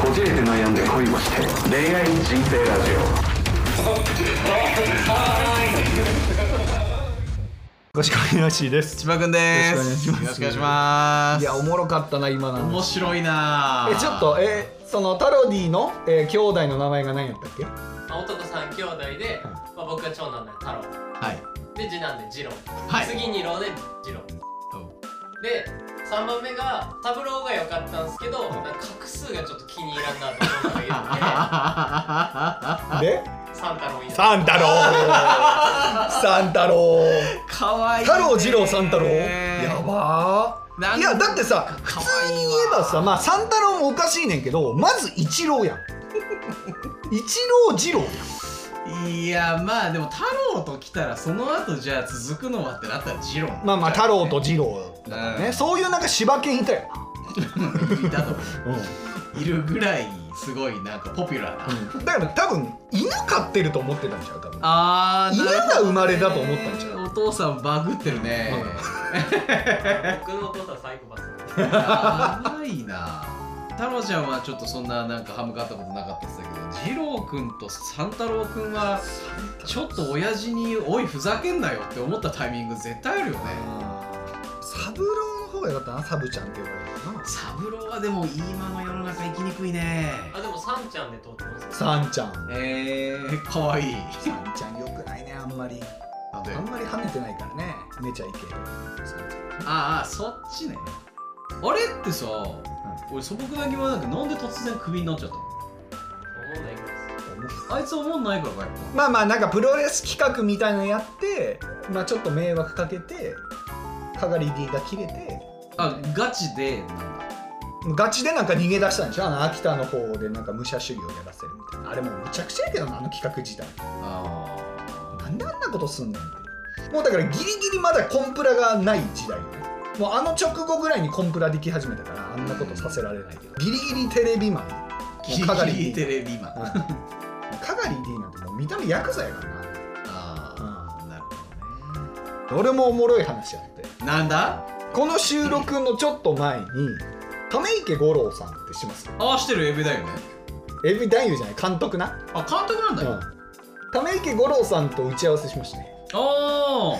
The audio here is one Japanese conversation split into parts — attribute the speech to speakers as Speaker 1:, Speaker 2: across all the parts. Speaker 1: こじれて悩んで恋をして恋愛人生ラジ
Speaker 2: ごしこみよしです
Speaker 3: 千葉くんで
Speaker 2: よろし
Speaker 3: す。
Speaker 2: くお願いします
Speaker 3: よろしくお願いします。
Speaker 2: いやおもろかったな今の
Speaker 3: 面白いなぁ。
Speaker 2: えちょっとえそのタロディの、えー兄弟の名前が何やったっけ
Speaker 4: まあ、男さん兄弟で、まあ、僕が長男で太郎
Speaker 3: はい。
Speaker 4: で次男で次郎、
Speaker 3: はい
Speaker 4: 次二郎で次郎 で3番目が三郎が良かったんですけどなんか画数がちょっと気に入らんなと思ったのが
Speaker 2: で
Speaker 4: い るんで三太郎にな
Speaker 2: サンタロー サンタロ ー
Speaker 3: 可愛い。
Speaker 2: 太郎次郎サンタローや
Speaker 3: やば。
Speaker 2: ば
Speaker 3: なん
Speaker 2: ーいやだってさ普通に言えばさまあ三太郎もおかしいねんけどまず一郎 やん一郎二郎やん
Speaker 3: いやまあでも太郎と来たらその後じゃあ続くのはってなったら次郎。
Speaker 2: まあまあ太郎と二郎だからね、
Speaker 3: うん
Speaker 2: そういうなんか柴犬いたよ、
Speaker 3: いたと
Speaker 2: う
Speaker 3: いるぐらいすごいなんかポピュラーな。
Speaker 2: ん、だから多分犬飼ってると思ってたんちゃう多分
Speaker 3: あー
Speaker 2: 嫌
Speaker 3: なるほど
Speaker 2: な生まれだと思ったんちゃう
Speaker 3: お父さんバグってるね。
Speaker 4: 僕のお父さんサイコパス
Speaker 3: やばいな太郎ちゃんはちょっとそんななんか歯向かったことなかったですけど二郎くんと三太郎くんはちょっと親父に「おいふざけんなよ」って思ったタイミング絶対あるよね
Speaker 2: サブローの方がよかったなサブちゃんって呼ばれたな
Speaker 3: 三郎はでも今の世の中生きにくいね
Speaker 4: あでもサンちゃんで通ってます
Speaker 2: サンちゃん
Speaker 3: えー、かわいい
Speaker 2: サンちゃんよくないねあんまり
Speaker 3: なんで
Speaker 2: あんまり跳ねてないからねめちゃいけ
Speaker 3: ああそっちねあれってさ、俺素朴な疑問なんだけどなんで突然クビになっちゃったの
Speaker 4: 思んないからです
Speaker 3: あいつ思んないからかやっぱ
Speaker 2: まあまあなんかプロレス企画みたいのやってまあちょっと迷惑かけてカガリ D が切れて
Speaker 3: あガチでなんだ
Speaker 2: ガチでなんか逃げ出したんでしょあの秋田の方でなんか武者修行やらせるみたいなあれもうむちゃくちゃやけどなあの企画自体
Speaker 3: ああ
Speaker 2: なんであんなことすんねんってもうだからギリギリまだコンプラがない時代よねもうあの直後ぐらいにコンプラでき始めたからあんなことさせられないけどギリギリテレビマン
Speaker 3: ギリ
Speaker 2: もうかなり
Speaker 3: ギリテレビマン
Speaker 2: うんカガリ D なんてもう見た目ヤクザやから
Speaker 3: ああなるほどね
Speaker 2: な俺もおもろい話あって
Speaker 3: なんだ
Speaker 2: この収録のちょっと前に亀池五郎さんってします
Speaker 3: ああしてるエビだよね
Speaker 2: エビ男優じゃない監督な、
Speaker 3: あ監督なんだ
Speaker 2: う
Speaker 3: よ、
Speaker 2: ん、亀池五郎さんと打ち合わせしましたね
Speaker 3: おお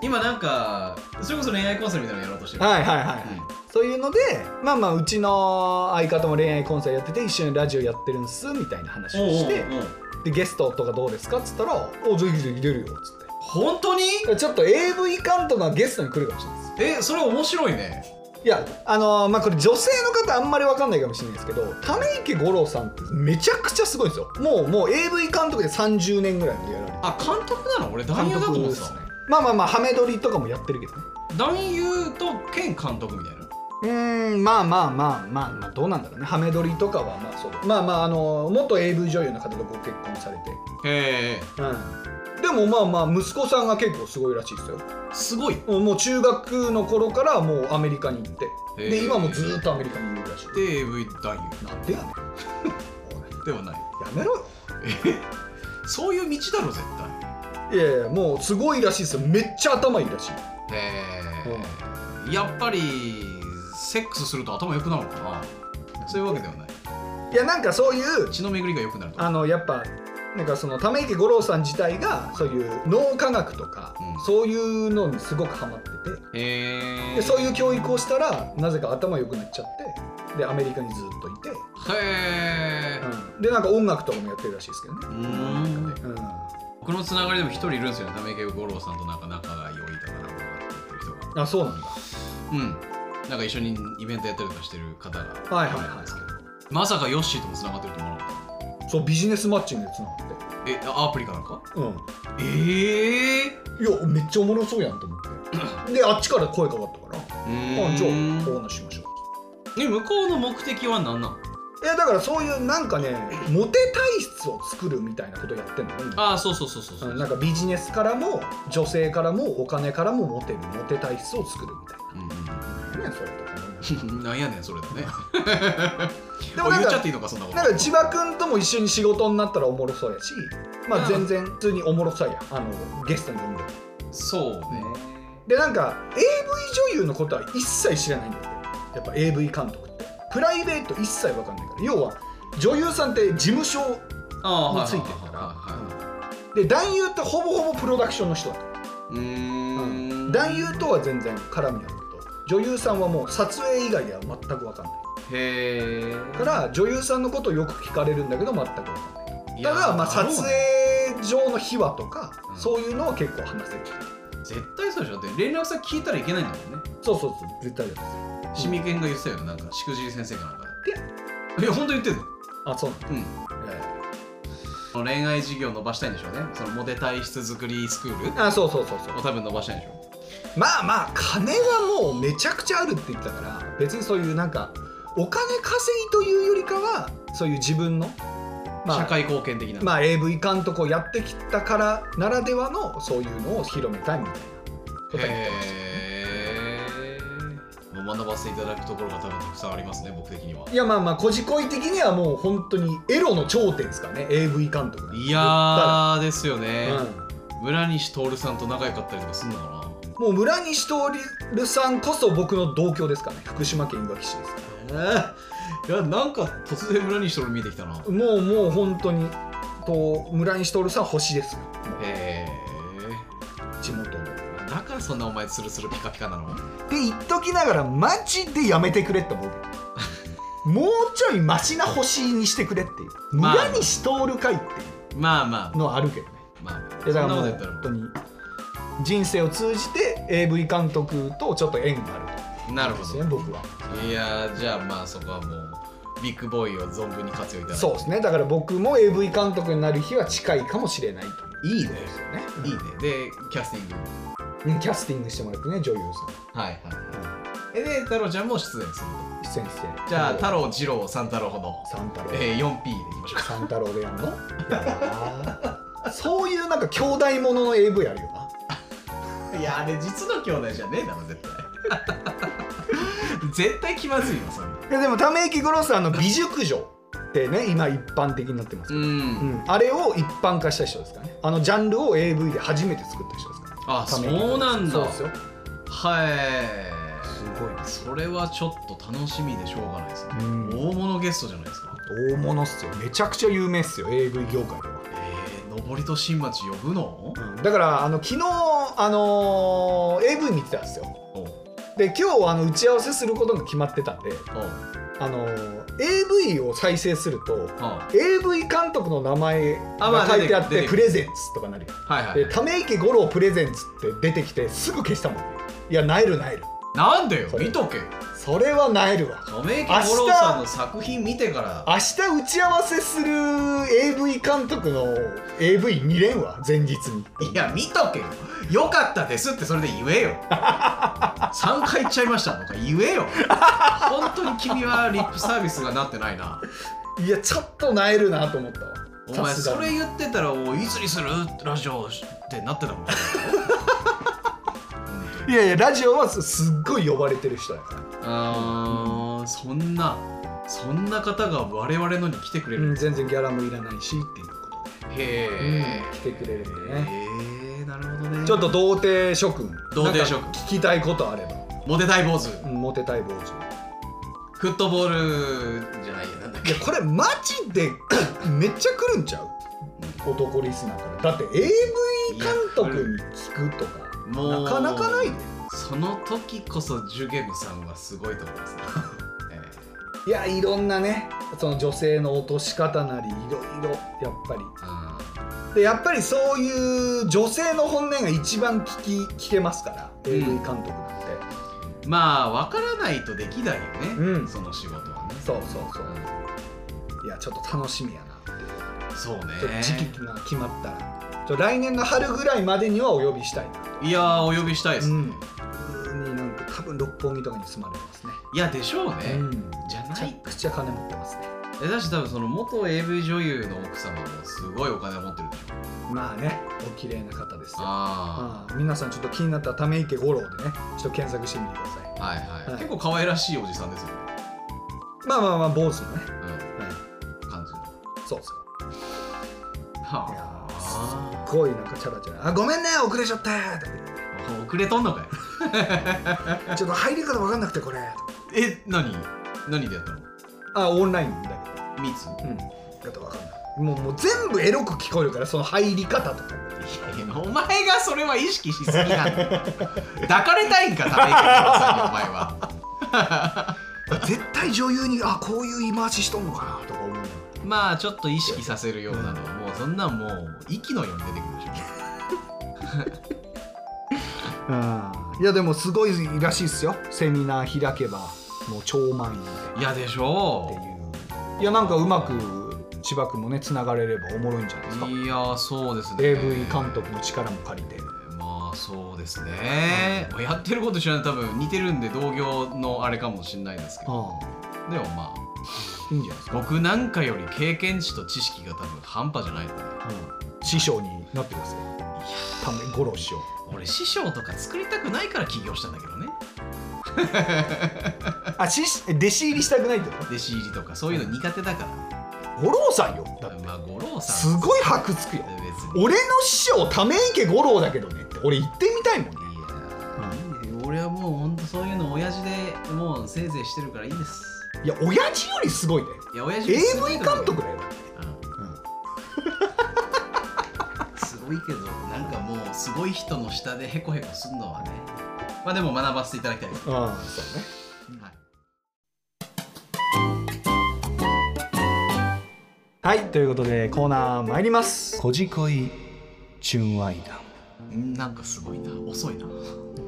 Speaker 3: 今なんかそれこそ恋愛コンサルみたいなのやろうとしてる、
Speaker 2: はいはいはいはい、そういうのでまあまあうちの相方も恋愛コンサルやってて一緒にラジオやってるんすみたいな話
Speaker 3: うん
Speaker 2: をして
Speaker 3: おうおうおう
Speaker 2: でゲストとかどうですかっつったら「おぜひぜひ出るよ」っつっ
Speaker 3: 本当に
Speaker 2: てちょっと AV 監督がゲストに来るかもしれないです
Speaker 3: えそれ面白いね
Speaker 2: いやあのーまあこれ女性の方あんまり分かんないかもしれないですけど溜池五郎さんってめちゃくちゃすごいんですよもうもう AV 監督で30年ぐらいもやられて
Speaker 3: あ監督なの俺男
Speaker 2: 監
Speaker 3: 優だと思
Speaker 2: 督
Speaker 3: っ
Speaker 2: で
Speaker 3: て
Speaker 2: す
Speaker 3: た、
Speaker 2: ねまあまあまあハメ撮りとかもやってるけどね
Speaker 3: 男優と兼監督みたいな
Speaker 2: うーんまあまあまあまあ、まあ、どうなんだろうねハメ撮りとかはまあそうだまあまああの元 AV 女優の方とご結婚されて、
Speaker 3: へえ
Speaker 2: うん、でもまあまあ息子さんが結構すごいらしいですよ
Speaker 3: すごい
Speaker 2: もうもう中学の頃からもうアメリカに行って
Speaker 3: へ
Speaker 2: で
Speaker 3: ー
Speaker 2: 今もずーっとアメリカにいるらしい
Speaker 3: で AV 男優
Speaker 2: なんでやねん
Speaker 3: ではない
Speaker 2: おいやめろよ
Speaker 3: そういう道だろ絶
Speaker 2: いやいやもうすごいらしいですよめっちゃ頭いいらしい
Speaker 3: 対へえやっぱりセックスすると頭良くなるのかなそういうわけではない
Speaker 2: いやなんかそういう
Speaker 3: 血の巡りが良くなると
Speaker 2: あのやっぱなんかその溜池五郎さん自体がそういう脳科学とか、
Speaker 3: うん
Speaker 2: そういうのにすごくハマってて
Speaker 3: へ
Speaker 2: でそういう教育をしたらなぜか頭良くなっちゃってでアメリカにずっといて、
Speaker 3: へえ
Speaker 2: うんでなんか音楽とかもやってるらしいですけどね、
Speaker 3: うーん
Speaker 2: うん、
Speaker 3: 僕のつながりでも一人いるんですよね溜池五郎さんとなんか仲が良いとかなんかって言ってる人が
Speaker 2: あそうなんだ
Speaker 3: うんなんか一緒にイベントやったりとかしてる方が
Speaker 2: はいはいはい
Speaker 3: るんですけどまさかヨッシーともつながってると思わなかっ
Speaker 2: そうビジネスマッチングでつながって
Speaker 3: たえあアプリかなんか
Speaker 2: う
Speaker 3: ええ
Speaker 2: んいやめっちゃおもろそうやんと思 ってであっちから声かかったから
Speaker 3: う
Speaker 2: あじゃ
Speaker 3: ー
Speaker 2: あ
Speaker 3: ん
Speaker 2: お話ししましょ
Speaker 3: え向こうの目的は何なの
Speaker 2: ういやだからそういうなんかねモテ体質を作るみたいなことやってんのね今
Speaker 3: ああそうそうそうそうそううん
Speaker 2: なんかビジネスからも女性からもお金からもモテるモテ体質を作るみたいな何やねんそれとか思いながら
Speaker 3: うんうん なんやねんそれだね
Speaker 2: で
Speaker 3: で
Speaker 2: も
Speaker 3: も
Speaker 2: なんか
Speaker 3: 言っちゃっていいのかそんなこと
Speaker 2: なんか千葉君とも一緒に仕事になったらおもろそうやし、まあ、全然普通におもろそうやあのゲストに呼んでも
Speaker 3: そうね
Speaker 2: でなんか AV 女優のことは一切知らないんだってやっぱ AV 監督ってプライベート一切分かんないから要は女優さんって事務所
Speaker 3: あ
Speaker 2: も
Speaker 3: あ
Speaker 2: ついてる
Speaker 3: はい
Speaker 2: から
Speaker 3: はいはいはい
Speaker 2: で男優ってほぼほぼプロダクションの人だった
Speaker 3: うーん
Speaker 2: 男優とは全然絡みあるけど女優さんはもう撮影以外では全く分かんない
Speaker 3: へえ
Speaker 2: から女優さんのことをよく聞かれるんだけど全く分かんないただまあ撮影上の秘話とか、
Speaker 3: うん
Speaker 2: そういうのを結構話せる
Speaker 3: 絶対そうでしょだって連絡先聞いたらいけないんだもんね
Speaker 2: そうそうそう絶対です
Speaker 3: シミケンが言ってたよねなんかしくじり先生かなんかでいや本当言ってんの
Speaker 2: あそうなんだ
Speaker 3: うん
Speaker 2: え
Speaker 3: この恋愛事業を伸ばしたいんでしょうねそのモテ体質作りスクール
Speaker 2: えあそうそうそうそう
Speaker 3: を多分伸ばしたいんでしょ
Speaker 2: まあまあ金がもうめちゃくちゃあるって言ってたから別にそういうなんかお金稼ぎというよりかはそういう自分の、
Speaker 3: う、
Speaker 2: まあ、
Speaker 3: 社会貢献的な、
Speaker 2: まあ AV 監督をやってきたからならではのそういうのを広めたいみたいなことに
Speaker 3: へえ学ばせていただくところが多分たくさんありますね僕的にはい
Speaker 2: やまあまあこじこい的にはもう本当にエロの頂点ですからね AV 監督なんて
Speaker 3: いやーですよ
Speaker 2: 言
Speaker 3: ね
Speaker 2: った、らうん
Speaker 3: 村西徹さんと仲良かったりとかすんのかな
Speaker 2: もう村西徹さんこそ僕の同郷ですからね福島県いわき市ですか
Speaker 3: えー、いやなんか突然村西徹見えてきた
Speaker 2: ら
Speaker 3: な
Speaker 2: もうもう本当にと村西徹さん星ですよ
Speaker 3: へえ
Speaker 2: 地元の。
Speaker 3: だからそんなお前ツルツルピカピカなの
Speaker 2: で言っときながらマジでやめてくれって思うけ どもうちょいマシな星にしてくれっていう
Speaker 3: まあ
Speaker 2: 村西徹会ってい
Speaker 3: まあまあ
Speaker 2: うのはあるけどね
Speaker 3: まあ
Speaker 2: いやだか
Speaker 3: そ
Speaker 2: ら
Speaker 3: んな
Speaker 2: も
Speaker 3: こ
Speaker 2: う
Speaker 3: と言ったら
Speaker 2: 本当に人生を通じて AV 監督とちょっと縁がある
Speaker 3: なる
Speaker 2: とで
Speaker 3: ほ
Speaker 2: す
Speaker 3: ど
Speaker 2: ね僕はい
Speaker 3: やーじゃあまあそこはもうビッグボーイを存分に活用いただいて
Speaker 2: そうですねだから僕も AV 監督になる日は近いかもしれないと
Speaker 3: いいね
Speaker 2: いう
Speaker 3: いいねでキャスティング
Speaker 2: うんキャスティングしてもらってね女優
Speaker 3: はいはいはいえで太郎ちゃんも出演すると
Speaker 2: さん出演して
Speaker 3: じゃあ太郎二郎三太郎ほど
Speaker 2: 三太郎
Speaker 3: えー、4P でいきましょう
Speaker 2: 三太郎でやんのいやーそういうなんか兄弟ものの AV あるよない
Speaker 3: やあれ実の兄弟じゃねえだろ絶対絶対気まずいよそんない
Speaker 2: やでもため息グロスあの美熟女ってね今一般的になってますけど、
Speaker 3: う
Speaker 2: うんんあれを一般化した人ですからねあのジャンルを AV で初めて作った人ですから、ね、
Speaker 3: あ
Speaker 2: ため息グロス
Speaker 3: そうなんだ
Speaker 2: そうですよ
Speaker 3: はい
Speaker 2: すごいで
Speaker 3: それはちょっと楽しみでしょうがないですね、
Speaker 2: うん
Speaker 3: 大物ゲストじゃないですか
Speaker 2: 大物っすよめちゃくちゃ有名っすよ AV 業界では
Speaker 3: えー、上りと新町呼ぶの、
Speaker 2: だからあの昨日あのー AV 見てたんですよ
Speaker 3: おう
Speaker 2: で今日あの打ち合わせすることが決まってたんで
Speaker 3: おう
Speaker 2: あのー AV を再生すると
Speaker 3: おう
Speaker 2: AV 監督の名前
Speaker 3: あまあ
Speaker 2: が書いてあっ
Speaker 3: 出
Speaker 2: て
Speaker 3: て
Speaker 2: 「
Speaker 3: く
Speaker 2: プ
Speaker 3: る
Speaker 2: レゼンツ」とかなるよ
Speaker 3: はいはい
Speaker 2: で
Speaker 3: はい
Speaker 2: 溜池五郎プレゼンツって出てきてすぐ消したもんいやなえるなえる
Speaker 3: なんでよ
Speaker 2: それ
Speaker 3: 見とけよ
Speaker 2: それはなえるわ
Speaker 3: 亀井五郎さんの作品見てから
Speaker 2: 明日打ち合わせする AV 監督の AV 見れんわ前日に
Speaker 3: いや見とけよよかったですってそれで言 えよ3回言っちゃいましたとか言えよ本当に君はリップサービスがなってないない
Speaker 2: やちょっとなえるなと思ったわ
Speaker 3: お前
Speaker 2: さすが
Speaker 3: そ
Speaker 2: に
Speaker 3: れ言ってたらおいいつにするラジオってなってたもん本当に
Speaker 2: いやいやラジオはすすっごい呼ばれてる人だから
Speaker 3: あーそんなそんな方が我々のに来てくれる、
Speaker 2: うん、全然ギャラもいらないしっていうこと
Speaker 3: へえ、
Speaker 2: 来てくれるんでね
Speaker 3: へえなるほどね
Speaker 2: でちょっと童貞諸君
Speaker 3: 童貞諸君
Speaker 2: なんか聞きたいことあれば、
Speaker 3: モテ大坊主
Speaker 2: うんモテたい坊主
Speaker 3: フットボールじゃないやなんだっ
Speaker 2: い
Speaker 3: け
Speaker 2: やこれマジで めっちゃ来るんちゃう男リスナーからだって AV 監督に聞くとか
Speaker 3: もう
Speaker 2: なかなかないで
Speaker 3: その時こそジュゲムさんはすごいと思い ますね、え
Speaker 2: いやいろんなねその女性の落とし方なりいろいろやっぱり
Speaker 3: ー
Speaker 2: でやっぱりそういう女性の本音が一番聞き聞けますから、
Speaker 3: ん
Speaker 2: AV 監督なんて
Speaker 3: うんまあ分からないとできないよね、
Speaker 2: うん
Speaker 3: その仕事はね
Speaker 2: そうそうそういやちょっと楽しみやな
Speaker 3: そうね
Speaker 2: ちょっと時期が決まったらちょ来年の春ぐらいまでにはお呼びしたいな、
Speaker 3: いやーお呼びしたいですね、
Speaker 2: うん普通になんか多分六本木とかに住まれてますね
Speaker 3: いやでしょうね、
Speaker 2: うん
Speaker 3: じゃ
Speaker 2: め
Speaker 3: な
Speaker 2: ちゃ
Speaker 3: い
Speaker 2: くちゃ金持ってますね
Speaker 3: えだし多分その元 AV 女優の奥様もすごいお金を持ってるでしょ
Speaker 2: まあねお綺麗な方ですよ
Speaker 3: あ
Speaker 2: ああ皆さんちょっと気になったらため池五郎でねちょっと検索してみてください
Speaker 3: あはいはい、
Speaker 2: はい
Speaker 3: 結構可愛らしいおじさんですよね
Speaker 2: まあまあまあ坊主のね、
Speaker 3: うん感じ の
Speaker 2: そうそういや
Speaker 3: は
Speaker 2: ー
Speaker 3: あ
Speaker 2: すっごいなんかチャラチャラ「あごめんね遅れちゃった」とか言って
Speaker 3: 遅れとんのかよ
Speaker 2: ちょっと入り方分かんなくてこれ」
Speaker 3: え何何でやったの
Speaker 2: あオンラインだけ
Speaker 3: 密
Speaker 2: どうんだとわかんないもうもう全部エロく聞こえるからその入り方とかも
Speaker 3: いやいやお前がそれは意識しすぎ なの抱かれたいんかため池さんにお前は
Speaker 2: 絶対女優にあこういう言い回ししとんのかなとか思う
Speaker 3: まあちょっと意識させるようなのはもうそんなんもう息のように出てくるでしょ
Speaker 2: いやでもすごいらしいっすよセミナー開けばもう超満員で
Speaker 3: いやでし
Speaker 2: って
Speaker 3: ょ
Speaker 2: いういやなんかうまく千葉君もねつながれればおもろいんじゃないですか
Speaker 3: いやそうですね
Speaker 2: AV 監督の力も借りて
Speaker 3: まあそうですね、やってること知らない多分似てるんで同業のあれかもしれないですけど
Speaker 2: あ
Speaker 3: でもまあ
Speaker 2: あいいんじゃないですか、
Speaker 3: 僕なんかより経験値と知識が多分半端じゃないので
Speaker 2: うん、師匠になってくださいため五郎師匠
Speaker 3: 俺師匠とか作りたくないから起業したんだけどね
Speaker 2: あし弟子入りしたくないってこ
Speaker 3: 弟子入りとかそういうの苦手だか
Speaker 2: と五郎さんよだっ
Speaker 3: ら、
Speaker 2: て
Speaker 3: まあ五郎さん
Speaker 2: すごい箔つくよ
Speaker 3: 別に
Speaker 2: 俺の師匠ため池五郎だけどねって俺言ってみたいもんね
Speaker 3: いやー俺はもうほんとそういうの親父でもうせいぜいしてるからいいです
Speaker 2: いや親父よりすごいね
Speaker 3: いや親父もすごい
Speaker 2: AV 監
Speaker 3: と思
Speaker 2: 督
Speaker 3: うよ
Speaker 2: だよ
Speaker 3: すごいけどなんかもうすごい人の下でヘコヘコするのはねまあでも学ばせていただきたいです、
Speaker 2: うんそうね
Speaker 3: はい
Speaker 2: はいということでコーナー参ります「こじこい純愛談
Speaker 3: うんなんかすごいな遅いな」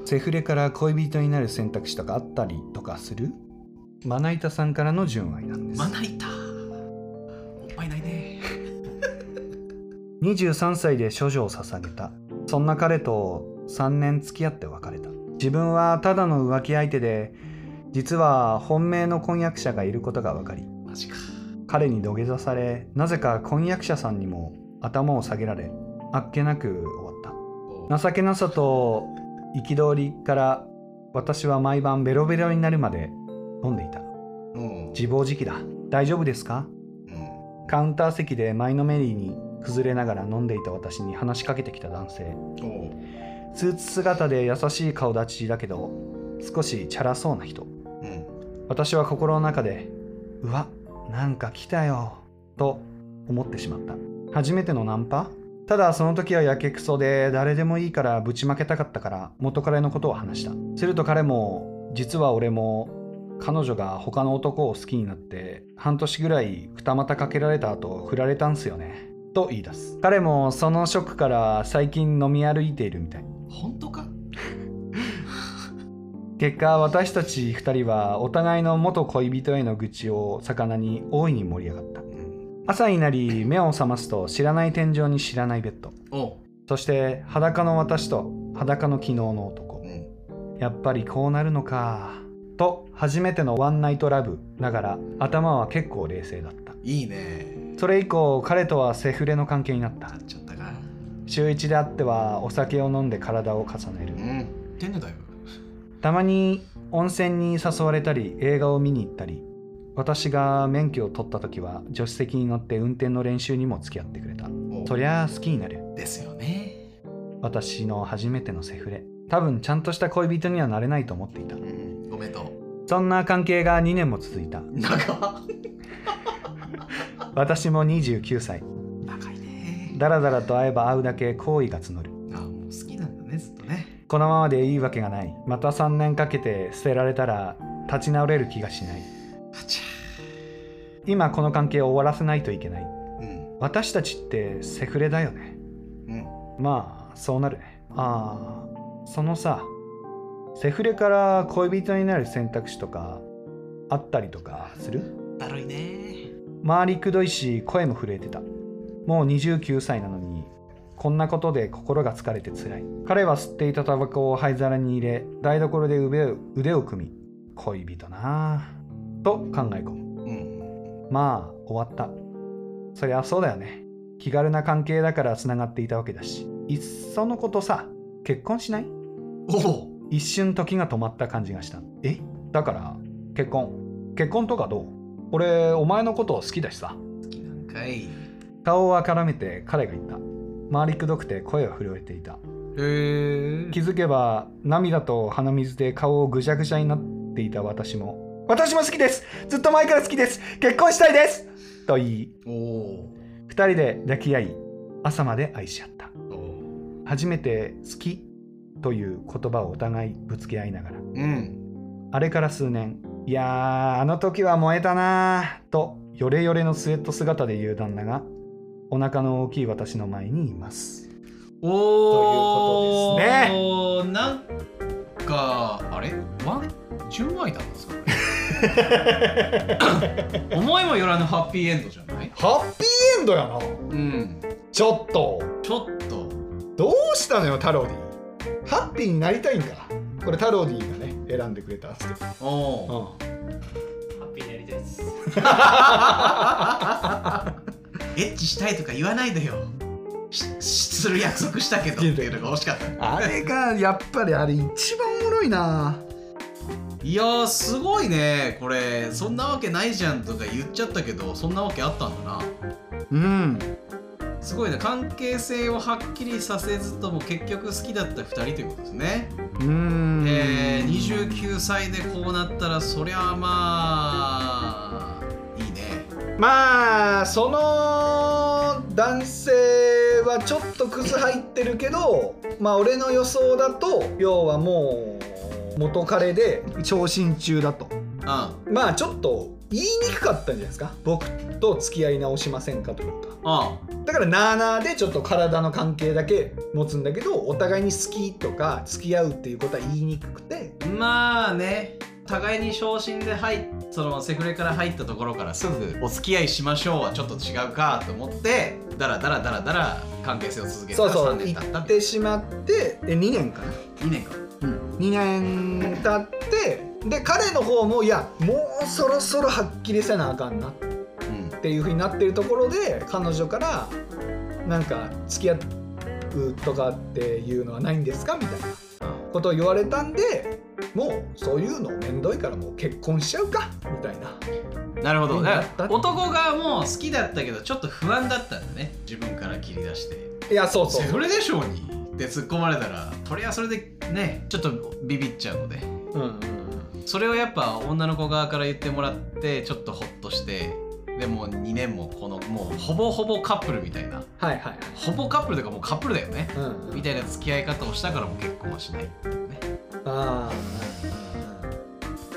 Speaker 2: セフレから恋人になる選択肢とかあったりとかするまな板さんからの純愛なんです
Speaker 3: まな板おっぱいないね
Speaker 2: 23歳で処女を捧げたそんな彼と3年付き合って別れた自分はただの浮気相手で実は本命の婚約者がいることが分かり
Speaker 3: マジか
Speaker 2: 彼に土下座されなぜか婚約者さんにも頭を下げられあっけなく終わった情けなさと憤りから私は毎晩ベロベロになるまで飲んでいた
Speaker 3: うん
Speaker 2: 自暴自棄だ大丈夫ですか
Speaker 3: うん
Speaker 2: カウンター席で前のめりに崩れながら飲んでいた私に話しかけてきた男性
Speaker 3: おう
Speaker 2: スーツ姿で優しい顔立ちだけど少しチャラそうな人
Speaker 3: うん
Speaker 2: 私は心の中で「うわなんか来たよ」と思ってしまった初めてのナンパただその時はやけくそで誰でもいいからぶちまけたかったから元彼のことを話したすると彼も「実は俺も彼女が他の男を好きになって半年ぐらい二股かけられた後振られたんすよね」と言い出す彼もそのショックから最近飲み歩いているみたい
Speaker 3: 本当か
Speaker 2: 結果私たち2人はお互いの元恋人への愚痴を魚に大いに盛り上がった
Speaker 3: うん
Speaker 2: 朝になり目を覚ますと知らない天井に知らないベッド
Speaker 3: おう
Speaker 2: そして裸の私と裸の昨日の男
Speaker 3: うん
Speaker 2: やっぱりこうなるのかと初めてのワンナイトラブながら頭は結構冷静だった
Speaker 3: いいね
Speaker 2: それ以降彼とはセフレの関係になっ
Speaker 3: な
Speaker 2: た
Speaker 3: っちゃったか
Speaker 2: 週1であってはお酒を飲んで体を重ねる
Speaker 3: うんてんねだいぶ
Speaker 2: たまに温泉に誘われたり映画を見に行ったり私が免許を取った時は助手席に乗って運転の練習にも付き合ってくれた
Speaker 3: おう
Speaker 2: そりゃあ好きになる
Speaker 3: ですよね
Speaker 2: 私の初めてのセフレ多分ちゃんとした恋人にはなれないと思っていた
Speaker 3: うんおめでとう
Speaker 2: そんな関係が2年も続いた
Speaker 3: 長
Speaker 2: 私も29歳
Speaker 3: 長いね
Speaker 2: ダラダラと会えば会うだけ好意が募る
Speaker 3: あもう好きなんだねずっとね
Speaker 2: このままでいいわけがないまた3年かけて捨てられたら立ち直れる気がしない
Speaker 3: あち
Speaker 2: 今この関係を終わらせないといけない
Speaker 3: ゃうん
Speaker 2: 私たちってセフレだよね
Speaker 3: うん
Speaker 2: まあそうなるねああそのさセフレから恋人になる選択肢とかあったりとかする
Speaker 3: だるいね
Speaker 2: 周りくどいし声も震えてたもう29歳なのにこんなことで心が疲れて辛い彼は吸っていたタバコを灰皿に入れ台所で腕を腕を組み恋人なあと考え込む
Speaker 3: うん
Speaker 2: まあ終わったそりゃそうだよね気軽な関係だからつながっていたわけだしいっそのことさ結婚しない
Speaker 3: おお
Speaker 2: 一瞬時が止まった感じがしたえだから結婚結婚とかどう俺お前のこと好きだしさ
Speaker 3: 好きなんかいへ
Speaker 2: 顔をあからめて彼が言った周りくどくて声は震えていた
Speaker 3: え
Speaker 2: 気づけば涙と鼻水で顔をぐちゃぐちゃになっていた私も私も好きですずっと前から好きです結婚したいですと言い
Speaker 3: おお
Speaker 2: 2人で抱き合い朝まで愛し合った
Speaker 3: ーお
Speaker 2: 初めて「好き」という言葉をお互いぶつけ合いながら
Speaker 3: ーうん
Speaker 2: あれから数年いやーあの時は燃えたなーとヨレヨレのスウェット姿で言う旦那がお腹の大きい私の前にいます
Speaker 3: おお
Speaker 2: という
Speaker 3: ことですねなんかあれワン純愛だったん ですかこれ思いもよらぬハッピーエンドじゃない
Speaker 2: ハッピーエンドやな
Speaker 3: うん
Speaker 2: ちょっと
Speaker 3: ちょっと
Speaker 2: どうしたのよタロディハッピーになりたいんかこれタロディがね選んでくれたんですけ
Speaker 3: おお
Speaker 2: ど、
Speaker 4: ハッピーになりたいです
Speaker 3: エッチしたいとか言わないでよししする約束したけどっていうのが欲しかった
Speaker 2: あれがやっぱりあれ一番おもろいない
Speaker 3: やーすごいねこれそんなわけないじゃんとか言っちゃったけどそんなわけあったんだ
Speaker 2: うん
Speaker 3: なすごいね関係性をはっきりさせずとも結局好きだった2人ということですね
Speaker 2: うん
Speaker 3: えー、29歳でこうなったらそりゃあまあいいね
Speaker 2: まあその男性はちょっとクズ入ってるけどまあ俺の予想だと要はもう元彼で昇進中だと
Speaker 3: あ
Speaker 2: まあちょっと言いにくかったんじゃないですか僕と付き合い直しませんかというか
Speaker 3: ああ
Speaker 2: だからなあなあでちょっと体の関係だけ持つんだけどお互いに好きとか付き合うっていうことは言いにくくて
Speaker 3: あまあね互いに昇進で入っそのセフレから入ったところからすぐお付き合いしましょうはちょっと違うかと思ってだらだらだらだら関係性を続けた
Speaker 2: そう
Speaker 3: ら
Speaker 2: そう
Speaker 3: 3
Speaker 2: 行
Speaker 3: 年経った
Speaker 2: っ
Speaker 3: って
Speaker 2: てしまってえ2年かな
Speaker 3: 2年か
Speaker 2: 2年経ってで彼の方もいやもうそろそろはっきりせなあかんなっ
Speaker 3: うん
Speaker 2: ていうふうになってるところで彼女からなんか付き合うとかっていうのはないんですかみたいなことを言われたんでもうそういうの面倒いからもう結婚しちゃうかみたいな
Speaker 3: なるほどだか
Speaker 2: だ
Speaker 3: ら男がもう好きだったけどちょっと不安だったんだね自分から切り出して
Speaker 2: いやそうそう
Speaker 3: セフレでしょうにって突っ込まれたらそれはそれでねちょっとビビっちゃうので
Speaker 2: うんうん
Speaker 3: それをやっぱ女の子側から言ってもらってちょっとホッとしてでもう2年もこのもうほぼほぼカップルみたいな
Speaker 2: はいはいはい
Speaker 3: ほぼカップルというかもうカップルだよね
Speaker 2: うんうん
Speaker 3: みたいな付き合い方をしたからもう結婚はしないっていうね
Speaker 2: あ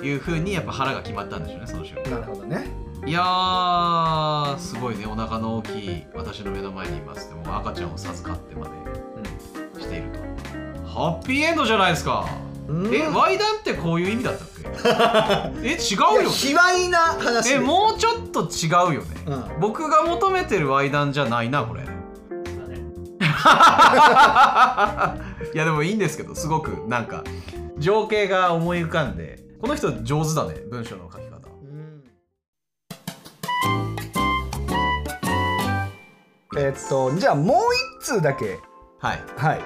Speaker 3: いう風にやっぱ腹が決まったんでしょうねその瞬
Speaker 2: あなるほどね
Speaker 3: 間いやーすごいねお腹の大きい私の目の前にいますってもう赤ちゃんを授かってまでしていると、ハッピーエンドじゃないですか
Speaker 2: うん
Speaker 3: えワイダンってこういう意味だったっ けえ
Speaker 2: いうや
Speaker 3: 違よね
Speaker 2: 卑猥な話
Speaker 3: え
Speaker 2: です
Speaker 3: もうちょっと違うよね、
Speaker 2: うん
Speaker 3: 僕が求めてるワイダンじゃないなこれ い
Speaker 4: すいません
Speaker 3: やでもいいんですけどすごくなんか情景が思い浮かんでこの人上手だね文章の書き方
Speaker 2: うんえっとじゃあもう一通だけ
Speaker 3: はい
Speaker 2: はい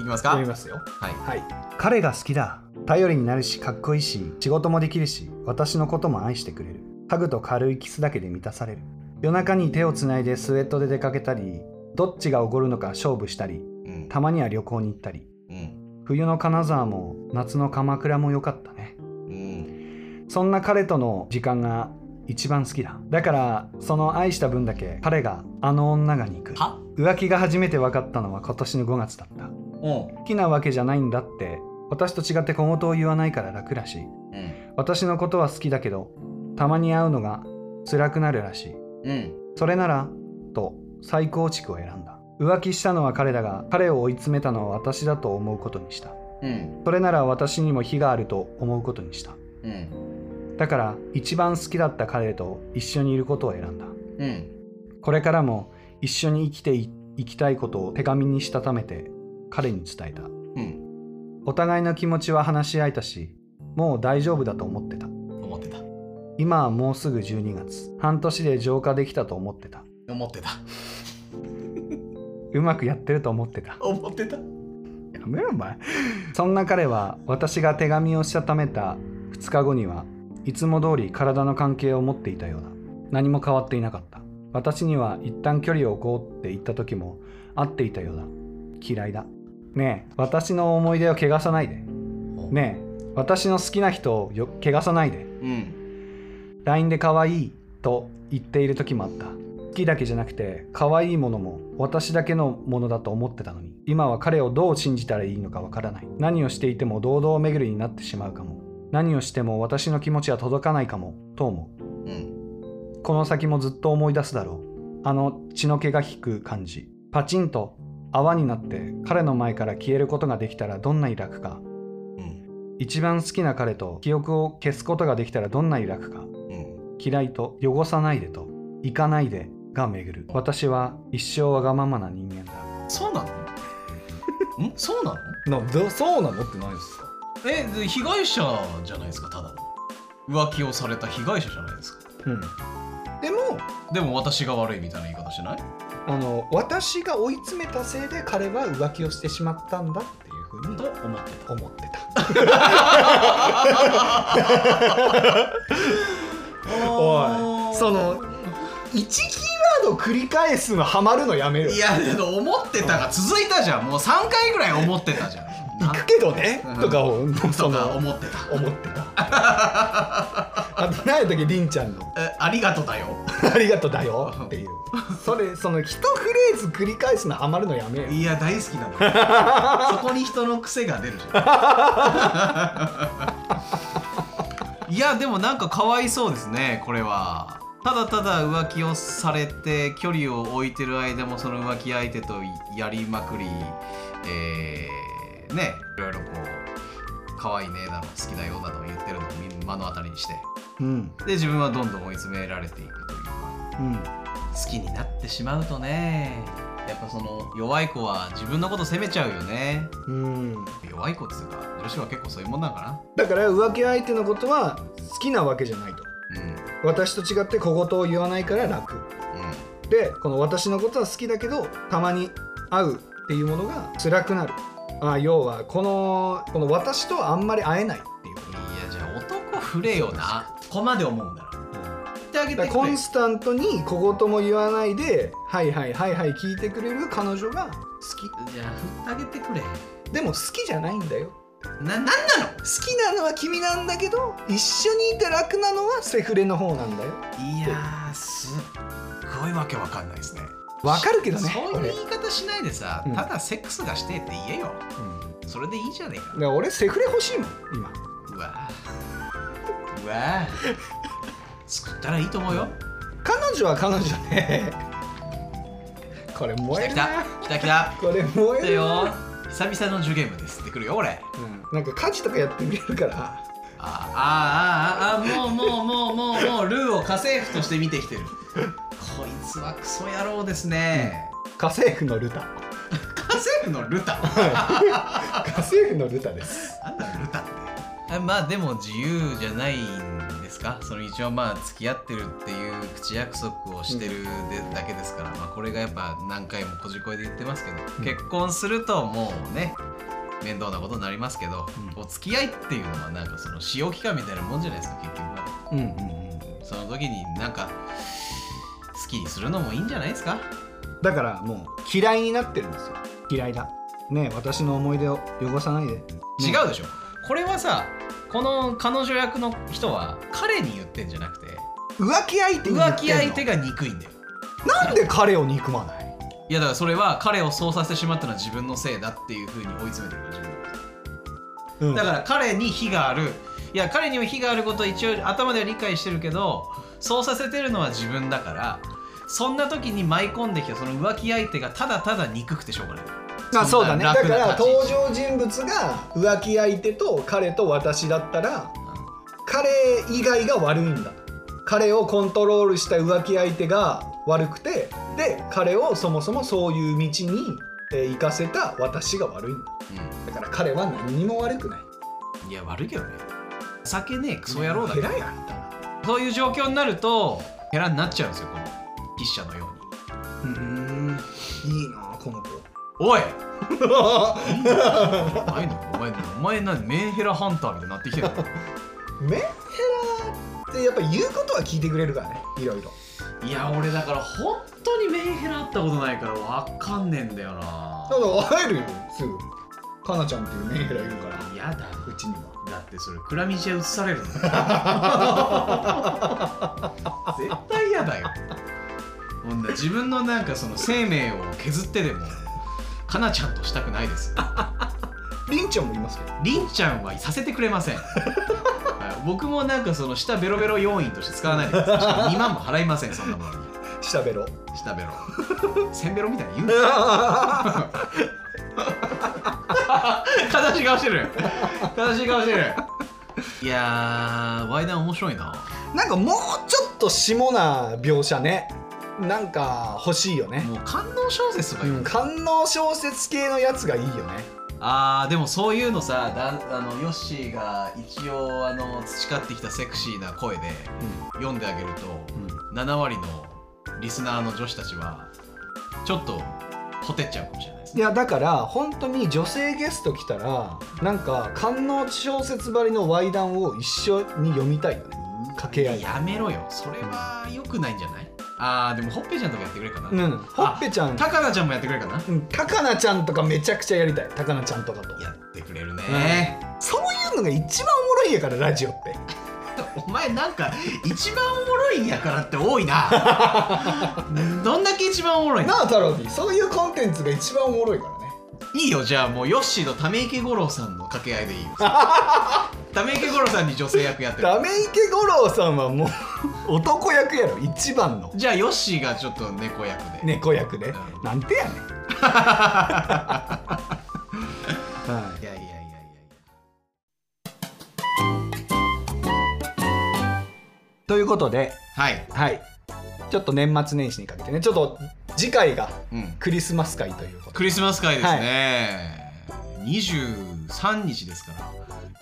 Speaker 3: いきますか
Speaker 2: 読み
Speaker 3: は
Speaker 2: ますよ
Speaker 3: い
Speaker 2: はい彼が好きだ頼りになるしかっこいいし仕事もできるし私のことも愛してくれるハグと軽いキスだけで満たされる夜中に手をつないでスウェットで出かけたりどっちがおごるのか勝負したり
Speaker 3: うん
Speaker 2: たまには旅行に行ったり
Speaker 3: うん
Speaker 2: 冬の金沢も夏の鎌倉も良かったね
Speaker 3: うん
Speaker 2: そんな彼との時間が一番好きだだからその愛した分だけ彼があの女が憎い
Speaker 3: は
Speaker 2: 浮気が初めて分かったのは今年の5月だった
Speaker 3: うん
Speaker 2: 好きなわけじゃないんだって私と違って小言を言わないから楽らしい
Speaker 3: うん
Speaker 2: 私のことは好きだけどたまに会うのが辛くなるらしい
Speaker 3: うん
Speaker 2: それならと再構築を選んだ浮気したのは彼だが彼を追い詰めたのは私だと思うことにした
Speaker 3: うん
Speaker 2: それなら私にも非があると思うことにした
Speaker 3: うん
Speaker 2: だから一番好きだった彼と一緒にいることを選んだ
Speaker 3: うん
Speaker 2: これからも一緒に生きていいきたいことを手紙にしたためて彼に伝えた
Speaker 3: うん
Speaker 2: お互いの気持ちは話し合えたしもう大丈夫だと思ってた
Speaker 3: 思ってた
Speaker 2: 今はもうすぐ12月半年で浄化できたと思ってた
Speaker 3: 思ってた
Speaker 2: うまくやってると思ってた
Speaker 3: 思ってた
Speaker 2: やめろお前そんな彼は私が手紙をしたためた2日後にはいつも通り体の関係を持っていたようだ何も変わっていなかった私には一旦距離を置こうって言った時も会っていたようだ嫌いだねえ私の思い出を汚さないでねえ私の好きな人をよ汚さないで
Speaker 3: うん
Speaker 5: LINE で可愛いと言っている時もあった好きだけじゃなくて可愛いものも私だけのものだと思ってたのに今は彼をどう信じたらいいのかわからない何をしていても堂々巡りになってしまうかも何をしても私の気持ちは届かないかもと思う
Speaker 3: うん
Speaker 5: この先もずっと思い出すだろうあの血の気が引く感じパチンと泡になって彼の前から消えることができたらどんなに楽か
Speaker 3: うん
Speaker 5: 一番好きな彼と記憶を消すことができたらどんなに楽か
Speaker 3: うん
Speaker 5: 嫌いと汚さないでと行かないでが巡る私は一生わがままな人間だ
Speaker 3: そうなのん そうなの
Speaker 2: などそうなのってないですか
Speaker 3: えで被害者じゃないですかただの浮気をされた被害者じゃないですか
Speaker 2: うんでも
Speaker 3: でも私が悪いみたいな言い方しない
Speaker 2: あの私が追い詰めたせいで彼は浮気をしてしまったんだっていうふうに
Speaker 3: と思って
Speaker 2: 思ってたおいその1キーワードを繰り返すのハマるのやめよ
Speaker 3: いやでも思ってたが続いたじゃんもう3回ぐらい思ってたじゃん
Speaker 2: 行くけどね
Speaker 3: うん
Speaker 2: とかをそ
Speaker 3: とか
Speaker 2: の
Speaker 3: 思ってた
Speaker 2: 思ってたあと何やったっけりんちゃんの
Speaker 3: えありがとうだよ
Speaker 2: 「ありがとうだよ」っていうそれその一フレーズ繰り返すのハマるのやめよ
Speaker 3: いや大好きなのそこに人の癖が出るじゃんいやでもなんかかわいそうですねこれはただただ浮気をされて距離を置いてる間もその浮気相手とやりまくりえー、ねいろいろこう可愛いねだの好きだよだの言ってるのを目の当たりにして
Speaker 5: うん
Speaker 3: で自分はどんどん追い詰められていくという
Speaker 5: うん
Speaker 3: 好きになってしまうとねやっぱその弱い子は自分のこと責めちゃうよね
Speaker 2: うん
Speaker 3: 弱い子っつうか女子は結構そういうもんなんか
Speaker 2: だから浮気相手のことは好きなわけじゃないと
Speaker 3: なうんうん
Speaker 2: 私と違って小言を言わないから楽でこの私のことは好きだけどたまに会うっていうものが辛くなるあ要はこのこの私とはあんまり会えないっていうこ
Speaker 3: いやじゃあ男触れよなここまで思うんだろ
Speaker 2: と、
Speaker 3: 言ってあげ
Speaker 2: だ
Speaker 3: て
Speaker 2: から
Speaker 3: く
Speaker 2: コ
Speaker 3: れ
Speaker 2: ンスタントに小言も言わないで「はいはいはいはい」聞いてくれる彼女が好
Speaker 3: じゃあ振ってあげてくれ
Speaker 2: きでも好きじゃないんだよ
Speaker 3: ななんな
Speaker 2: 好きなのは君なんだけど一緒にいて楽なのはセフレの方なんだよ
Speaker 3: のいやーすっごいわけわかんないですね
Speaker 2: わかるけどね
Speaker 3: そう
Speaker 2: 俺
Speaker 3: いう言い方しないでさ、
Speaker 2: うん
Speaker 3: ただセックスがしてって言えよ
Speaker 2: うん
Speaker 3: それでいいじゃねえか
Speaker 2: だから俺セフレ欲しいもん今
Speaker 3: うわーうわー作ったらいいと思うよ
Speaker 2: 彼女は彼女ねこれ燃え
Speaker 3: 来
Speaker 2: る
Speaker 3: た
Speaker 2: な
Speaker 3: 来た来た来た
Speaker 2: これ燃
Speaker 3: 来
Speaker 2: え
Speaker 3: た
Speaker 2: るな、
Speaker 3: よ久々の受験部ですってくるよ俺
Speaker 2: うん、なんか家事とかやってくれるから
Speaker 3: あーあーあーあーもうもうもうもうもうルーを家政婦として見てきてるこいつはクソ野郎ですね、
Speaker 2: 家政婦のルタ
Speaker 3: 家政婦のルタ
Speaker 2: 家政婦のルタです
Speaker 3: なんだルタってあまあでも自由じゃないんですかその一応まあ付き合ってるっていう口約束をしてるで、だけですから、まあ、これがやっぱ何回もこじこいで言ってますけど、結婚するともうね面倒なことになりますけど、
Speaker 2: うん
Speaker 3: お付き合いっていうのはなんかその使用期間みたいなもんじゃないですか結局は
Speaker 2: うんうんうん
Speaker 3: その時になんか好きにするのもいいんじゃないですか
Speaker 2: だからもう嫌いになってるんですよ嫌いだねえ私の思い出を汚さないで
Speaker 3: 違うでしょこれはさこの彼女役の人は彼に言ってんじゃなくて
Speaker 2: 浮気相手に言
Speaker 3: 浮
Speaker 2: ってん
Speaker 3: 気
Speaker 2: の
Speaker 3: 相手が憎いんだよ
Speaker 2: なんで彼を憎まない
Speaker 3: いやだからそれは彼をそうさせてしまったのは自分のせいだっていうふうに追い詰めてるから自分のこと
Speaker 2: うん
Speaker 3: だから彼に非があるいや彼にも非があることは一応頭では理解してるけどそうさせてるのは自分だからそんな時に舞い込んできたその浮気相手がただただ憎くてしょうがない
Speaker 2: あそうだね
Speaker 3: そん
Speaker 2: だか
Speaker 3: な楽な
Speaker 2: ら
Speaker 3: 立ち位
Speaker 2: 登
Speaker 3: 置
Speaker 2: 場人物が浮気相手と彼と私だったら彼以外が悪いんだ彼をコントロールした浮気相手が悪くてで彼をそもそもそういう道にえー行かせた私が悪いんだだから彼は何にも悪くない
Speaker 3: うん、いや悪いけどね酒ねえクソ野郎だけど
Speaker 2: 偉いやんだ
Speaker 3: そういう状況になるとヘラになっちゃうんですよこの筆者のように
Speaker 2: うんいいなこの子
Speaker 3: おいないのお前お前何メンヘラハンターみたいになってきてる
Speaker 2: メンヘラってやっぱ言うことは聞いてくれるからねいろいろ
Speaker 3: いや俺だから本当にメンヘラあったことないからわかんねえんだよな
Speaker 2: だから会えるよすぐかなちゃんっていうメンヘラいるから
Speaker 3: やだ
Speaker 2: うちには
Speaker 3: だってそれクラミジア移されるの絶対嫌だよほんだ自分のなんかその生命を削ってでもかなちゃんとしたくないです
Speaker 2: りんちゃんもいますけど
Speaker 3: りんちゃんはさせてくれませんはい僕もなんかその下ベロベロ要員として使わないでくださいしかも2万も払いませんそんなものに
Speaker 2: 下ベロ
Speaker 3: 下ベロせんべろみたいに言うな 悲しい顔してる悲しい顔してるいやーワイダン面白いな
Speaker 2: なんかもうちょっと下な描写ねなんか欲しいよね、
Speaker 3: もう観音小説とか
Speaker 2: う
Speaker 3: よ、
Speaker 2: ん、官能小説系のやつがいいよね
Speaker 3: あーでもそういうのさだあのヨッシーが一応あの培ってきたセクシーな声で読んであげると、7割のリスナーの女子たちはちょっとほてっちゃうかもしれないです
Speaker 2: い
Speaker 3: ね
Speaker 2: やだから本当に女性ゲスト来たらなんか官能小説ばりのワイダンを一緒に読みたいよね掛け合い
Speaker 3: やめろよそれは良くないんじゃないあーでもほっぺちゃんとかやってくれるかな、
Speaker 2: うんほっぺちゃん
Speaker 3: 高菜ちゃんもやってくれるかな
Speaker 2: うん高菜ちゃんとかめちゃくちゃやりたい高菜ちゃんとかと
Speaker 3: やってくれるね、
Speaker 2: そういうのが一番おもろいやからラジオって
Speaker 3: お前なんか一番おもろいんやからって多いなどんだけ一番おもろいの
Speaker 2: なあ太郎 D そういうコンテンツが一番おもろいからね
Speaker 3: いいよじゃあもうヨッシーとため池五郎さんの掛け合いでいいよため池五郎さんに女性役やってる
Speaker 2: ダメ池五郎さんはもう 男役やろ一番の
Speaker 3: じゃあヨッシーがちょっと猫役で、
Speaker 2: 猫役で
Speaker 3: うん
Speaker 2: なんて やねんはい
Speaker 3: やいやいやいや
Speaker 2: いということで
Speaker 3: はい
Speaker 2: はいちょっと年末年始にかけてねちょっと次回が
Speaker 3: うん
Speaker 2: クリスマス会ということで
Speaker 3: クリスマス会ですね、23日ですから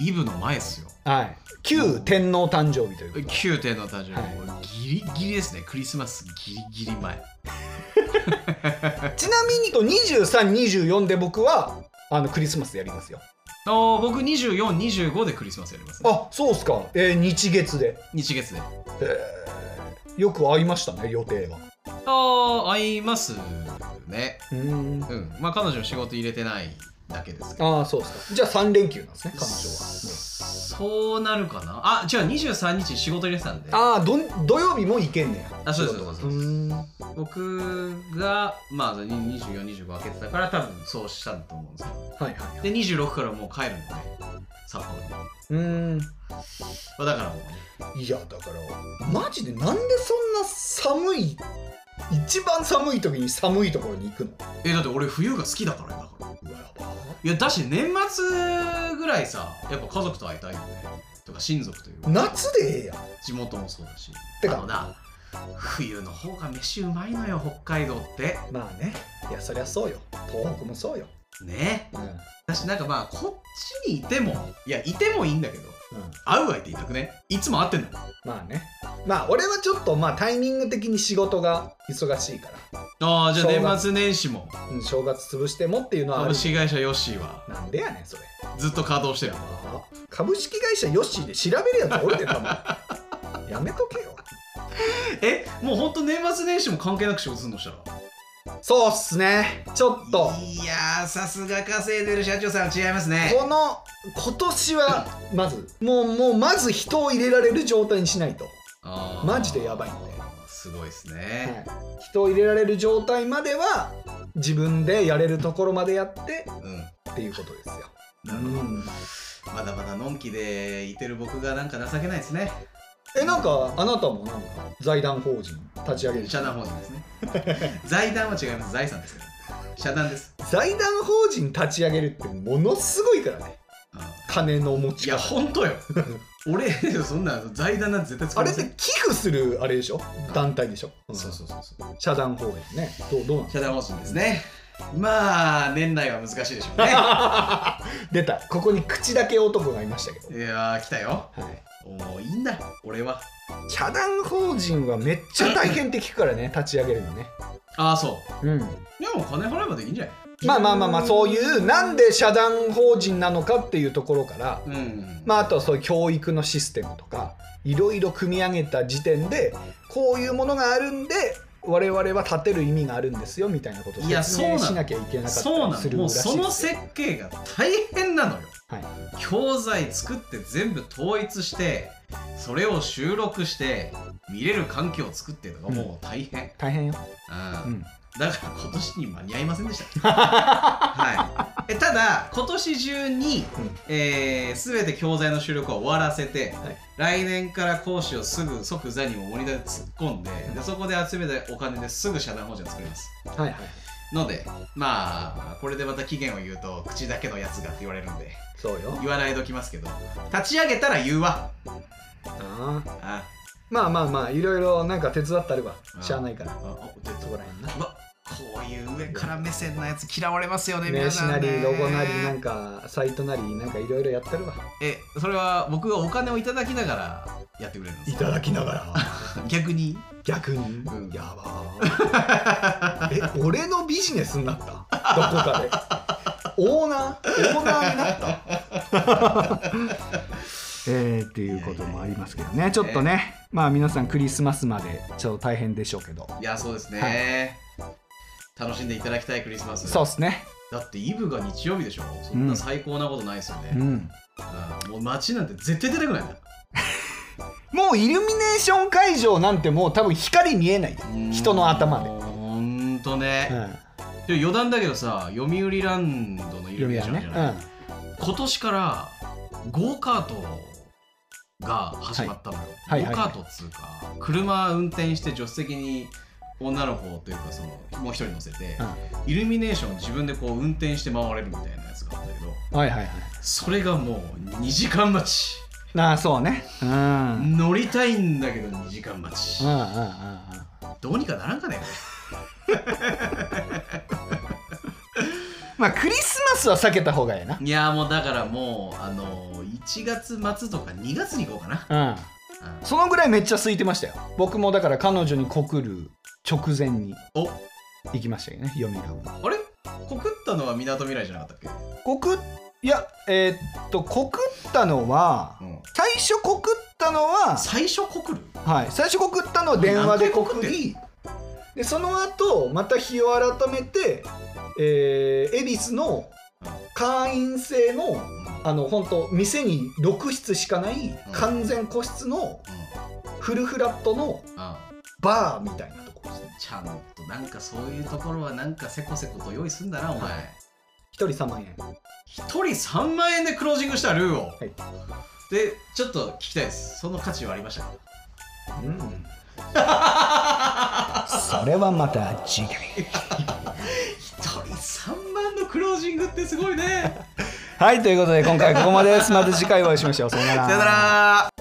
Speaker 3: イブの前ですよ
Speaker 2: はい、旧天皇誕生日ということで
Speaker 3: 宮廷の誕生日、
Speaker 2: はい
Speaker 3: もうギリギリですねクリスマスギリギリ前
Speaker 2: ちなみにと2324で僕はあのクリスマスやりますよ
Speaker 3: あ僕2425でクリスマスやります、ね、
Speaker 2: あそうっすかえー日月で、
Speaker 3: 日月で
Speaker 2: えーよく合いましたね予定が
Speaker 3: ああ合いますね
Speaker 2: うん
Speaker 3: うんまあ彼女の仕事入れてないだけですけど
Speaker 2: ああそうっすかじゃあ3連休なんですね彼
Speaker 3: そうなるかなあ違う23日仕事入れてたんで
Speaker 2: 女はああーど土曜日も行けんねや
Speaker 3: あそうですそうですそうです
Speaker 2: んは
Speaker 3: 僕がまあ2425開けてたから多分そうしたんだと思うんですけど
Speaker 2: いはい
Speaker 3: で26からもう帰るんで札幌に、ま
Speaker 2: うーん
Speaker 3: あ、だからもうね
Speaker 2: いやだからマジでなんでそんな寒い一番寒い時に寒いところに行くの
Speaker 3: えだって俺冬が好きだから今から
Speaker 2: うわやば
Speaker 3: いやだし年末ぐらいさやっぱ家族と会いたいよねとか親族というか
Speaker 2: 夏でええやん
Speaker 3: 地元もそうだして
Speaker 2: か
Speaker 3: あのな冬の方が飯うまいのよ北海道って
Speaker 2: まあねいやそりゃそうよ東北もそうよ、
Speaker 3: ね
Speaker 2: うん
Speaker 3: 私なんかまあこっちにいてもいやいてもいいんだけど会う相手いたくねいつも会ってんの
Speaker 2: まあねまあ俺はちょっとまあタイミング的に仕事が忙しいから、
Speaker 3: ああじゃあ
Speaker 2: そうだ
Speaker 3: 年末年始も
Speaker 2: うん、正月潰してもっていうのはある
Speaker 3: 株式会社ヨッシーは
Speaker 2: なんでやねんそれ
Speaker 3: ずっと稼働してる
Speaker 2: あー株式会社ヨッシーで調べるやつおるでたも んやめとけよ
Speaker 3: えもうほんと年末年始も関係なく仕事するのしたら
Speaker 2: そうっすねちょっと
Speaker 3: いやーさすが稼いでる社長さんは違いますね
Speaker 2: この今年はまずもうもうまず人を入れられる状態にしないと、
Speaker 3: あー
Speaker 2: マジでやばいんです
Speaker 3: ごいですね、
Speaker 2: 人を入れられる状態までは自分でやれるところまでやって
Speaker 3: うん
Speaker 2: っていうことですよ
Speaker 3: なるほど、まだまだのんきでいてる僕がなんか情けないですね
Speaker 2: えなんかあなたもなんか財団法人立ち上げる
Speaker 3: 社団法人ですね 財団は違います財産ですから社団です
Speaker 2: 財団法人立ち上げるってものすごいからね金の持
Speaker 3: い
Speaker 2: ち
Speaker 3: や
Speaker 2: 方
Speaker 3: ほん とよ俺そんな財団なんて絶対使
Speaker 2: あ
Speaker 3: い
Speaker 2: れ
Speaker 3: ま
Speaker 2: っ
Speaker 3: せ
Speaker 2: て
Speaker 3: ん
Speaker 2: 寄付するあれでしょ団体でしょ、うん
Speaker 3: そうそうそうそう
Speaker 2: 社団法人ねどうどうなん
Speaker 3: 社団法人ですねまあ年内は難しいでしょうね
Speaker 2: 出たここに口だけ男がいましたけど、
Speaker 3: いやー来たよ
Speaker 2: はい、
Speaker 3: もういいんだ俺は
Speaker 2: 社団法人はめっちゃ大変って聞くからね立ち上げるのね
Speaker 3: ああそ
Speaker 2: うん
Speaker 3: うでも金払えばでいいんじゃない
Speaker 2: まあまあまあまあそういうなんで社団法人なのかっていうところから
Speaker 3: うん
Speaker 2: まあ、あとはそういう教育のシステムとかいろいろ組み上げた時点でこういうものがあるんで
Speaker 6: 我々は立てる意味があるんですよみたいなことを
Speaker 3: いや
Speaker 6: 説明
Speaker 3: そうなの
Speaker 6: しなきゃいけなかった
Speaker 3: そう
Speaker 6: り
Speaker 3: な
Speaker 6: す
Speaker 3: の
Speaker 6: る
Speaker 3: も
Speaker 6: ら
Speaker 3: う
Speaker 6: しい
Speaker 3: その設計が大変なのよ、
Speaker 2: はい
Speaker 3: 教材作って全部統一してそれを収録して見れる環境を作ってとかもう大変、
Speaker 2: 大変よ、
Speaker 3: うん
Speaker 2: うん、
Speaker 3: だから今年に間に合いませんでした、 はい、えただ今年中に、えー全て教材の収録は終わらせて、
Speaker 6: はい
Speaker 3: 来年から講師をすぐ即座にもモニターで突っ込んで,、でそこで集めたお金ですぐ社団法人を作ります
Speaker 6: はいはい
Speaker 3: のでまあこれでまた期限を言うと口だけのやつがって言われるんで
Speaker 6: そうよ
Speaker 3: 言わないときますけど立ち上げたら言うわ
Speaker 6: あー
Speaker 3: あ
Speaker 6: まあまあまあいろいろなんか手伝ったりは
Speaker 3: あ
Speaker 6: しゃあないから
Speaker 3: あおちょっと
Speaker 6: そこらへんな
Speaker 3: うわこういう上から目線のやつ嫌われますよね
Speaker 6: 名
Speaker 3: 皆
Speaker 6: 刺
Speaker 3: さ
Speaker 6: なん
Speaker 3: ね
Speaker 6: りロゴなりなんかサイトなりなんかいろいろやってるわ
Speaker 3: えそれは僕がお金をいただきながらやってくれるんですか
Speaker 6: だきながら
Speaker 3: 逆に
Speaker 6: 逆に、
Speaker 3: うん
Speaker 6: やばーえ俺のビジネスになったどこかでオーナーオーナーになった
Speaker 2: えーっていうこともありますけどねちょっとね、まあ皆さんクリスマスまでちょっと大変でしょうけど
Speaker 3: いやそうですね、楽しんでいただきたいクリスマス
Speaker 2: そうっすね
Speaker 3: だってイブが日曜日でしょそんな最高なことないですよね、
Speaker 2: うん
Speaker 3: うんもう街なんて絶対出てこないんだ
Speaker 2: もうイルミネーション会場なんてもう多分光見えないよ人の頭で、
Speaker 3: ほんと
Speaker 2: う
Speaker 3: ね、
Speaker 2: ん、
Speaker 3: で余談だけどさ読売ランドのイル
Speaker 2: イルミ
Speaker 3: ミ
Speaker 2: ネー
Speaker 3: ネーシ
Speaker 2: シ
Speaker 3: ョ
Speaker 2: ョ
Speaker 3: ン
Speaker 2: ン
Speaker 3: じ
Speaker 2: ね
Speaker 3: ゃない、今年からゴーカートが始まったのよ、
Speaker 2: はいはいはい
Speaker 3: ゴーカートっつうか車運転して助手席に女の子というかそのもう一人乗せて、イルミネーションを自分でこう運転して回れるみたいなやつがあったけど
Speaker 2: うんはいはいはい
Speaker 3: それがもう2時間待ち
Speaker 2: ああそうねうんうんうん
Speaker 3: 乗りたいんだけど2時間待ち、
Speaker 2: うんうん
Speaker 3: どうにかならんかね
Speaker 2: まあクリスマスは避けた方がいいない
Speaker 3: やもうだからもうあの1月末とか2月に行こうかな、
Speaker 2: うん
Speaker 3: う
Speaker 2: そのぐらいめっちゃ空いてましたよ僕もだから彼女に告る直前に
Speaker 3: んお
Speaker 2: 行きましたよね読みが
Speaker 3: あれ告ったのはみなとみらいじゃなかったっけ、
Speaker 2: 告っいやえーっと告ったのは
Speaker 3: うん、
Speaker 2: 最初告ったのは
Speaker 3: 最初告る
Speaker 2: はい最初告ったのを電話で告
Speaker 3: 何回
Speaker 2: り
Speaker 6: でその後また日を改めて、えー、恵比寿の会員制のあの本当店に6室しかない
Speaker 3: うん
Speaker 6: 完全個室の
Speaker 3: う
Speaker 6: フルフラットの
Speaker 3: んうん
Speaker 6: バーみたいなところですね
Speaker 3: ちゃんとなんかそういうところはなんかせこせこと用意すんだなお前
Speaker 6: 1人3万円
Speaker 3: 一人3万円でクロージングしたルーを、
Speaker 6: い
Speaker 3: でちょっと聞きたいですその価値はありましたか
Speaker 6: うん
Speaker 2: それはまた次回
Speaker 3: 一人3万のクロージングってすごいね
Speaker 2: はいということで今回はここまでですまた次回お会いしましょうさよな
Speaker 3: さよなら